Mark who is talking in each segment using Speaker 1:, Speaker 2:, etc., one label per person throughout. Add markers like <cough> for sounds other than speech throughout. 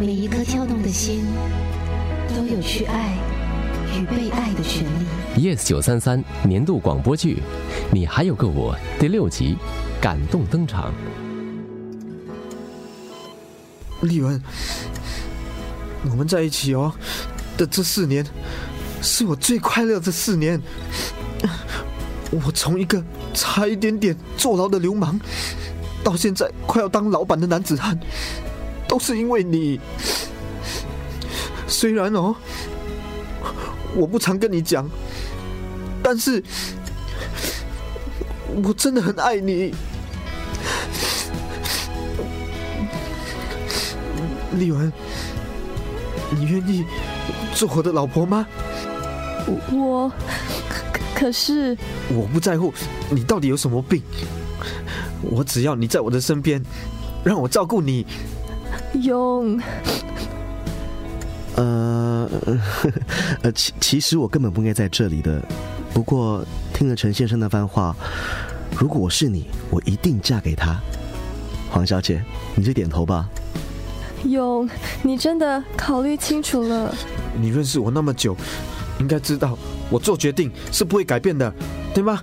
Speaker 1: 每一颗跳动的心，都有去爱与被爱的权利。
Speaker 2: Yes 九三三年度广播剧《你还有个我》第六集感动登场。
Speaker 3: 丽文，我们在一起哦的这四年，是我最快乐的四年。我从一个差一点点坐牢的流氓，到现在快要当老板的男子汉，都是因为你。虽然哦，我不常跟你讲，但是我真的很爱你。丽文，你愿意做我的老婆吗？
Speaker 4: 我可可是
Speaker 3: 我不在乎你到底有什么病，我只要你在我的身边，让我照顾你。
Speaker 4: 用
Speaker 5: 呃， <laughs> 呃，其其实我根本不应该在这里的。不过听了陈先生那番话，如果我是你，我一定嫁给他。黄小姐，你就点头吧。
Speaker 4: 用，你真的考虑清楚了？
Speaker 3: 你认识我那么久，应该知道我做决定是不会改变的，对吗？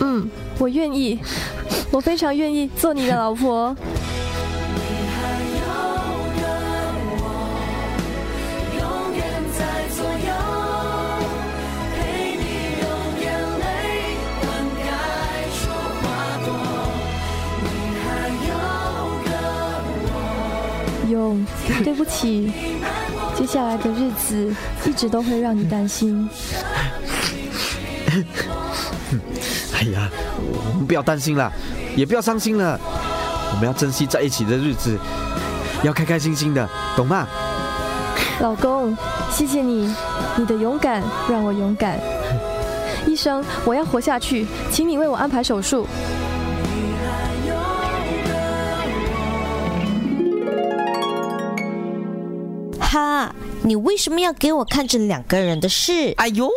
Speaker 4: 嗯，我愿意，我非常愿意做你的老婆。
Speaker 6: 永远在左右，陪你用眼泪灌溉出花朵。你还有个
Speaker 4: 用，对不起，接下来的日子一直都会让你担心。
Speaker 3: 哎呀，我们不要担心了，也不要伤心了，我们要珍惜在一起的日子，要开开心心的，懂吗？
Speaker 4: 老公，谢谢你，你的勇敢让我勇敢。医生，我要活下去，请你为我安排手术。
Speaker 7: 哈，你为什么要给我看这两个人的事？
Speaker 8: 哎呦，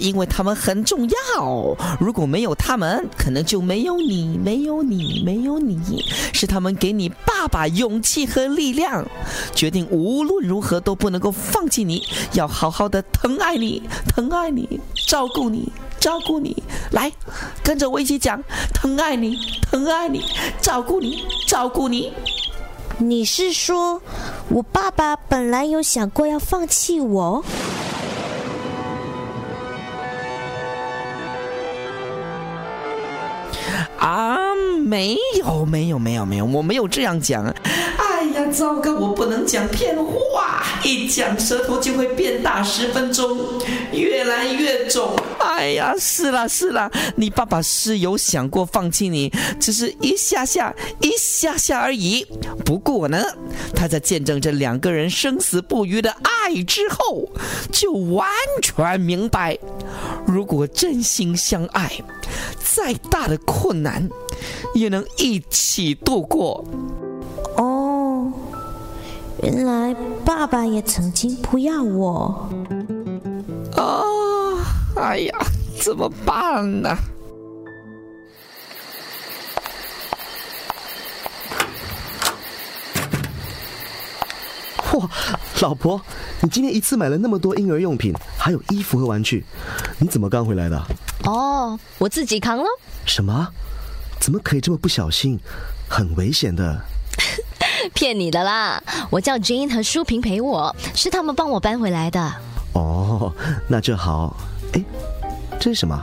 Speaker 8: 因为他们很重要，如果没有他们，可能就没有你，没有你，没有你，是他们给你爸爸勇气和力量，决定无论如何都不能够放弃你，要好好的疼爱你，疼爱你，照顾你。照顾你，来，跟着我一起讲，疼爱你，疼爱你，照顾你，照顾你。
Speaker 7: 你是说，我爸爸本来有想过要放弃我？
Speaker 8: 啊，没有，没有，没有，没有，我没有这样讲。哎呀，糟糕，我不能讲骗话，一讲舌头就会变大十分钟，越来越肿。哎呀，是啦是啦，你爸爸是有想过放弃你，只是一下下一下下而已。不过呢，他在见证这两个人生死不渝的爱之后，就完全明白，如果真心相爱，再大的困难也能一起度过。
Speaker 7: 哦，原来爸爸也曾经不要我。
Speaker 8: 啊，哎呀，怎么办呢、
Speaker 5: 嚯，老婆，你今天一次买了那么多婴儿用品，还有衣服和玩具，你怎么刚回来的？
Speaker 9: 哦，我自己扛喽。
Speaker 5: 什么？怎么可以这么不小心？很危险的。
Speaker 9: 骗你的啦！我叫 Jane 和舒萍陪我，是他们帮我搬回来的。
Speaker 5: 哦，那就好。哎，这是什么？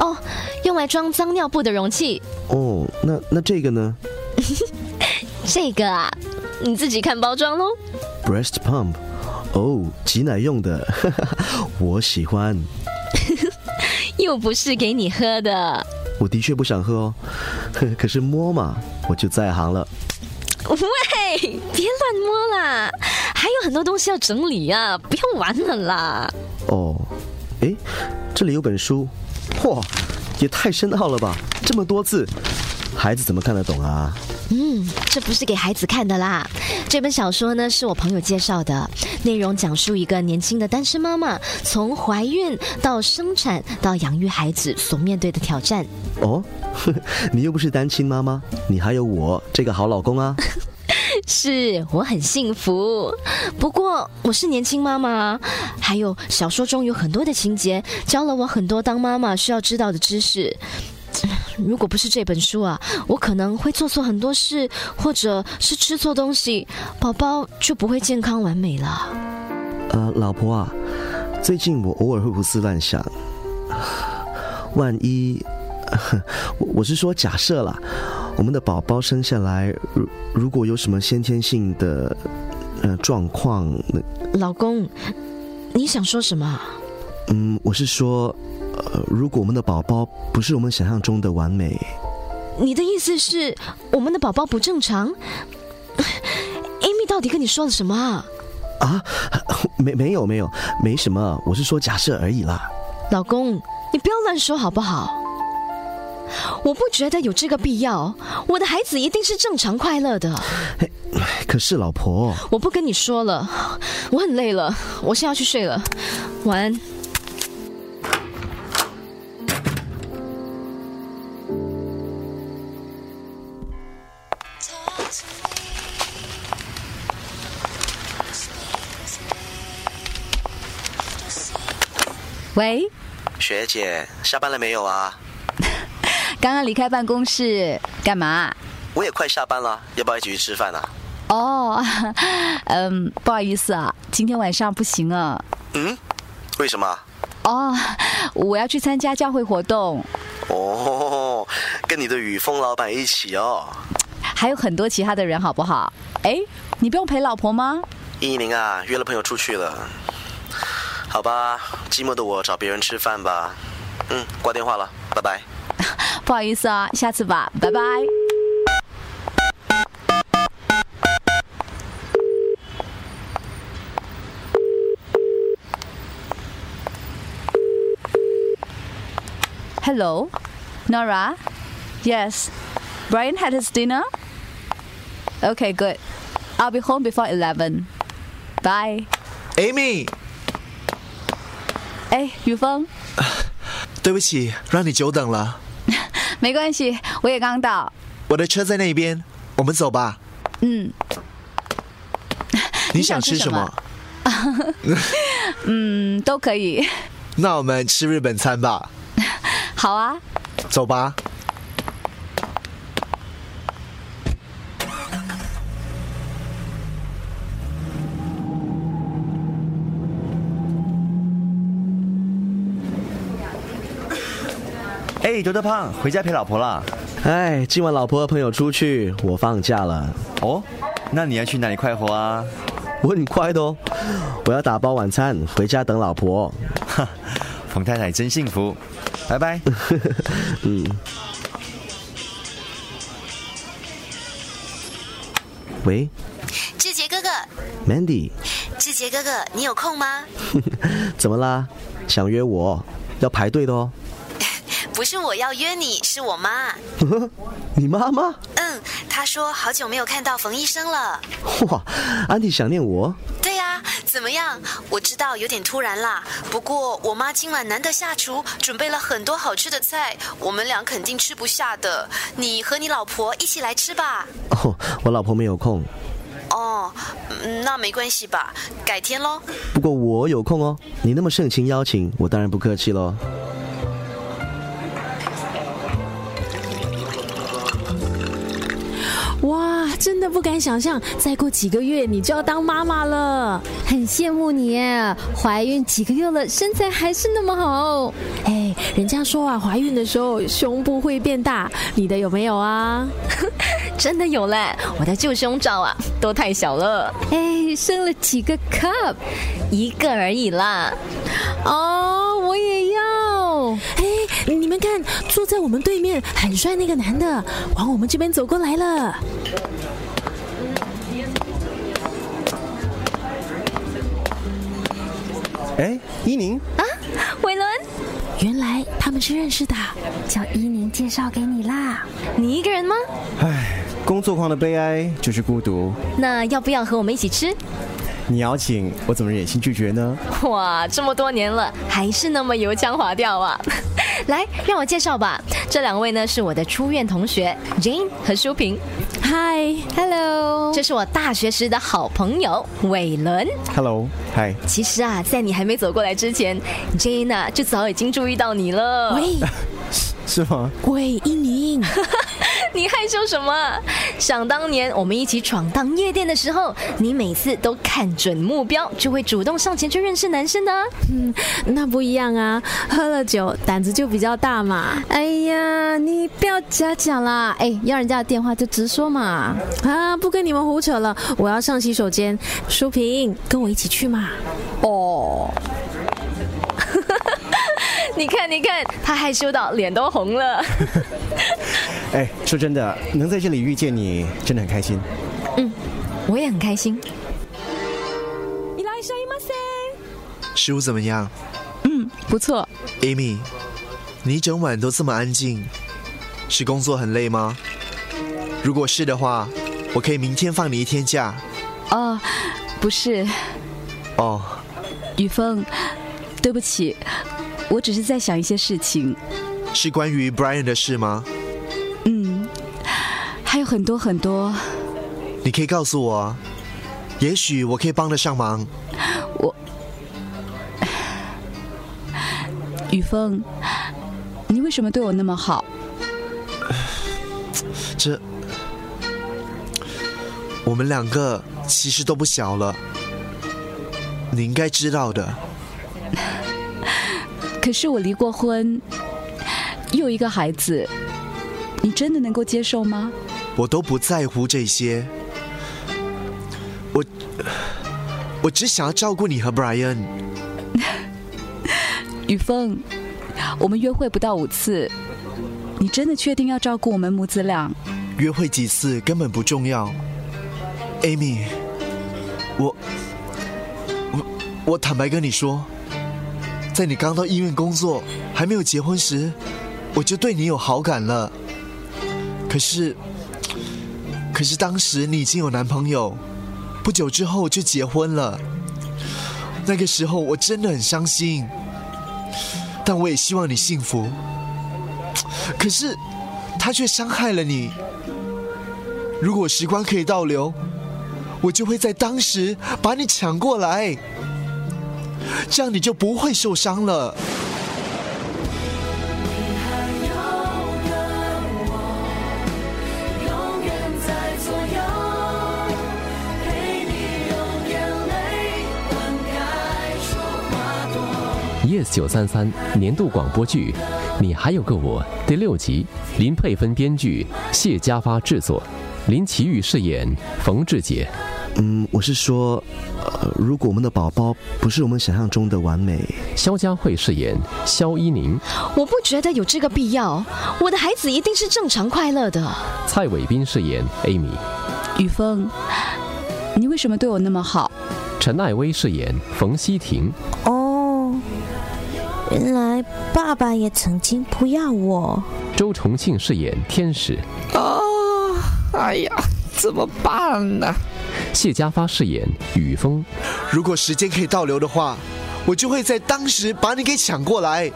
Speaker 9: 哦，用来装脏尿布的容器，
Speaker 5: 哦，那那这个呢
Speaker 9: 这个啊，你自己看包装喽。
Speaker 5: ？Breast pump。哦，挤奶用的， <laughs> 我喜欢。
Speaker 9: 又不是给你喝的，
Speaker 5: 我的确不想喝哦， <laughs> 可是摸嘛，我就在行了。
Speaker 9: 喂，别乱摸啦，还有很多东西要整理啊，不要玩了啦。
Speaker 5: 哦，诶，这里有本书，嚯，也太深奥了吧，这么多字，孩子怎么看得懂啊？
Speaker 9: 嗯，这不是给孩子看的啦。这本小说呢，是我朋友介绍的，内容讲述一个年轻的单身妈妈从怀孕到生产到养育孩子所面对的挑战。
Speaker 5: <laughs> 哦，你又不是单亲妈妈，你还有我这个好老公啊。
Speaker 9: 是我很幸福。不过我是年轻妈妈，还有小说中有很多的情节，教了我很多当妈妈需要知道的知识。如果不是这本书啊，我可能会做错很多事，或者是吃错东西，宝宝就不会健康完美了。
Speaker 5: 呃，老婆啊，最近我偶尔会胡思乱想， <sighs> 万一， <laughs> 我我是说假设啦，我们的宝宝生下来，如如果有什么先天性的呃状况，那
Speaker 9: 老公，你想说什么啊？
Speaker 5: 嗯，我是说，呃，如果我们的宝宝不是我们想象中的完美，
Speaker 9: 你的意思是我们的宝宝不正常？Amy 到底跟你说了什么啊？
Speaker 5: 啊， <laughs> 没没有没有没什么，我是说假设而已啦。
Speaker 9: 老公，你不要乱说好不好？我不觉得有这个必要。我的孩子一定是正常快乐的。
Speaker 5: 可是老婆，
Speaker 9: 我不跟你说了，我很累了，我先要去睡了，晚安。
Speaker 10: 喂，
Speaker 5: 学姐下班了没有啊？
Speaker 10: 刚刚离开办公室干嘛？
Speaker 5: 我也快下班了，要不要一起去吃饭啊？
Speaker 10: 哦， <laughs> 嗯，不好意思啊，今天晚上不行啊。
Speaker 5: 嗯，为什么？
Speaker 10: 哦，我要去参加教会活动，
Speaker 5: 哦，跟你的雨峰老板一起哦。
Speaker 10: 还有很多其他的人，好不好？哎，你不用陪老婆吗？
Speaker 5: 依宁啊，约了朋友出去了。好吧，寂寞的我找别人吃饭吧。嗯，挂电话了，拜拜。
Speaker 10: 不好意思啊，下次吧，拜拜。Hello, Nora. Yes, Brian had his dinner. Okay, good. I'll be home before eleven. Bye.
Speaker 11: Amy，
Speaker 10: 哎，雨峰，
Speaker 11: 对不起，让你久等了。
Speaker 10: 没关系，我也刚到。
Speaker 11: 我的车在那边，我们走吧。
Speaker 10: 嗯， <laughs>
Speaker 11: 你
Speaker 10: 想
Speaker 11: 想
Speaker 10: 吃什
Speaker 11: 吃什
Speaker 10: 么
Speaker 11: 么？
Speaker 10: 嗯，都可以。
Speaker 11: 那我们吃日本餐吧。
Speaker 10: 好啊，
Speaker 11: 走吧。
Speaker 12: 哎，德德胖，回家陪老婆了。
Speaker 5: 哎，今晚老婆和朋友出去，我放假了。
Speaker 12: 哦，那你要去哪里快活啊？
Speaker 5: 我很快的哦，我要打包晚餐回家等老婆。
Speaker 12: 哈，冯太太真幸福。拜拜。
Speaker 5: <laughs> 嗯。喂
Speaker 13: 志杰哥哥，
Speaker 5: ，Mandy，
Speaker 13: 志杰哥哥，你有空吗？
Speaker 5: 怎么啦？想约我？要排队的哦。 <laughs>
Speaker 13: 不是我要约你，是我妈。
Speaker 5: 你妈妈？
Speaker 13: 嗯，她说好久没有看到冯医生了。
Speaker 5: 哇，安迪想念我？
Speaker 13: 对呀、怎么样？我知道有点突然啦，不过我妈今晚难得下厨，准备了很多好吃的菜，我们俩肯定吃不下的。你和你老婆一起来吃吧。
Speaker 5: 哦，我老婆没有空，
Speaker 13: 哦，嗯那没关系吧，改天喽。
Speaker 5: 不过我有空哦。你那么盛情邀请，我当然不客气喽。
Speaker 14: 哇，真的不敢想象，再过几个月你就要当妈妈了，
Speaker 15: 很羡慕你耶！怀孕几个月了，身材还是那么好。
Speaker 14: 哎，人家说啊，怀孕的时候胸部会变大，你的有没有啊？
Speaker 9: 真的有嘞，我的旧胸罩啊都太小了。
Speaker 15: 哎，生了几个 cup？
Speaker 9: 一个而已啦。
Speaker 14: 哦，我也要。哎，你们看，坐在我们对面很帅那个男的，往我们这边走过来了。
Speaker 12: 哎，依宁，
Speaker 14: 伟伦，原来他们是认识的。
Speaker 15: 叫依宁介绍给你啦。
Speaker 9: 你一个人吗？
Speaker 16: 唉，工作狂的悲哀就是孤独。
Speaker 9: 那要不要和我们一起吃？
Speaker 16: 你邀请，我怎么忍心拒绝呢？
Speaker 9: <laughs> 哇，这么多年了，还是那么油腔滑调啊！ <laughs> 来，让我介绍吧，这两位呢是我的初院同学 Jane 和舒萍。嗨，Hello，这是我大学时的好朋友伟伦。
Speaker 16: Hello，嗨，
Speaker 9: 其实啊，在你还没走过来之前，Jana 就早已经注意到你了。
Speaker 7: 哦 <laughs>
Speaker 9: 喂，
Speaker 16: 是吗？
Speaker 9: 喂，依宁，你害羞什么啊？想当年我们一起闯荡夜店的时候，你每次都看准目标，就会主动上前去认识男生的啊、
Speaker 14: 嗯， <laughs> 那不一样啊，喝了酒胆子就比较大嘛。
Speaker 15: 哎呀，你不要假讲啦！哎，要人家的电话就直说嘛。
Speaker 14: 啊，不跟你们胡扯了，我要上洗手间。淑萍，跟我一起去嘛。
Speaker 9: 哦，你看，你看，他害羞到脸都红了。
Speaker 16: 哎，说真的，能在这里遇见你，真的很开心。
Speaker 9: 嗯，我也很开心。
Speaker 6: 伊拉西马塞，
Speaker 11: 食物怎么样
Speaker 10: 嗯，不错。
Speaker 11: ？Amy，你一整晚都这么安静，是工作很累吗？如果是的话，我可以明天放你一天假。
Speaker 10: 哦，不是，
Speaker 11: 哦，
Speaker 10: 雨峰，对不起，我只是在想一些事情，
Speaker 11: 是关于 Brian 的事吗？
Speaker 10: 嗯，还有很多很多。
Speaker 11: 你可以告诉我啊，也许我可以帮得上忙。
Speaker 10: 我，雨峰，你为什么对我那么好？
Speaker 11: 这，我们两个其实都不小了，你应该知道的。
Speaker 10: 可是我离过婚，又有一个孩子，你真的能够接受吗？
Speaker 11: 我都不在乎这些，我我只想要照顾你和 Brian。
Speaker 10: 雨峰，我们约会不到五次，你真的确定要照顾我们母子俩？
Speaker 11: 约会几次根本不重要。Amy，我我我坦白跟你说，在你刚到医院工作还没有结婚时，我就对你有好感了。可是，可是当时你已经有男朋友，不久之后就结婚了。那个时候我真的很伤心，但我也希望你幸福。可是，他却伤害了你。如果时光可以倒流，我就会在当时把你抢过来，这样你就不会受伤了。
Speaker 6: 永远在左右，陪你用眼泪灌溉出花朵。
Speaker 2: Yes 九三三年度广播剧《你还有个我》第六集，林佩芬编剧，谢家发制作，林奇玉饰演冯志杰。
Speaker 5: 嗯，我是说，呃，如果我们的宝宝不是我们想象中的完美，
Speaker 2: 肖佳慧饰演肖一宁，
Speaker 9: 我不觉得有这个必要，我的孩子一定是正常快乐的。
Speaker 2: 蔡伟斌饰演 Amy，
Speaker 10: 雨峰，你为什么对我那么好？
Speaker 2: 陈艾薇饰演冯希婷，
Speaker 7: 哦，原来爸爸也曾经不要我。
Speaker 2: 周重庆饰演天使，
Speaker 8: 哦，哎呀，怎么办呢？
Speaker 2: 谢家发饰演雨峰，
Speaker 11: 如果时间可以倒流的话，我就会在当时把你给抢过来。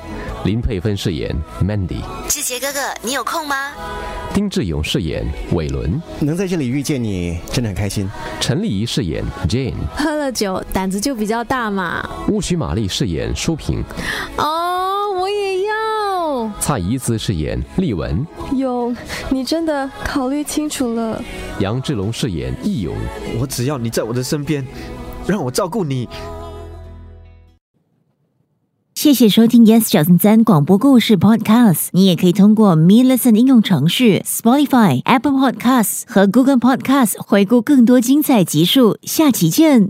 Speaker 2: 林佩芬饰演 Mandy，
Speaker 13: 志杰哥哥，你有空吗？
Speaker 2: 丁志勇饰演伟伦。
Speaker 16: 能在这里遇见你，真的很开心。
Speaker 2: 陈丽仪饰演 Jane，
Speaker 14: 喝了酒胆子就比较大嘛。
Speaker 2: 巫曲玛丽饰演舒萍，
Speaker 4: 哦，我也要。
Speaker 2: 蔡怡姿饰演丽文，
Speaker 4: 勇，你真的考虑清楚了。
Speaker 2: 杨志龙饰演义勇。
Speaker 3: 我只要你在我的身边，让我照顾你。
Speaker 17: 谢谢收听 Yes 九三三广播故事 Podcast。你也可以通过 Me Listen 应用程序、Spotify、Apple Podcasts 和 Google Podcasts 回顾更多精彩集数。下期见。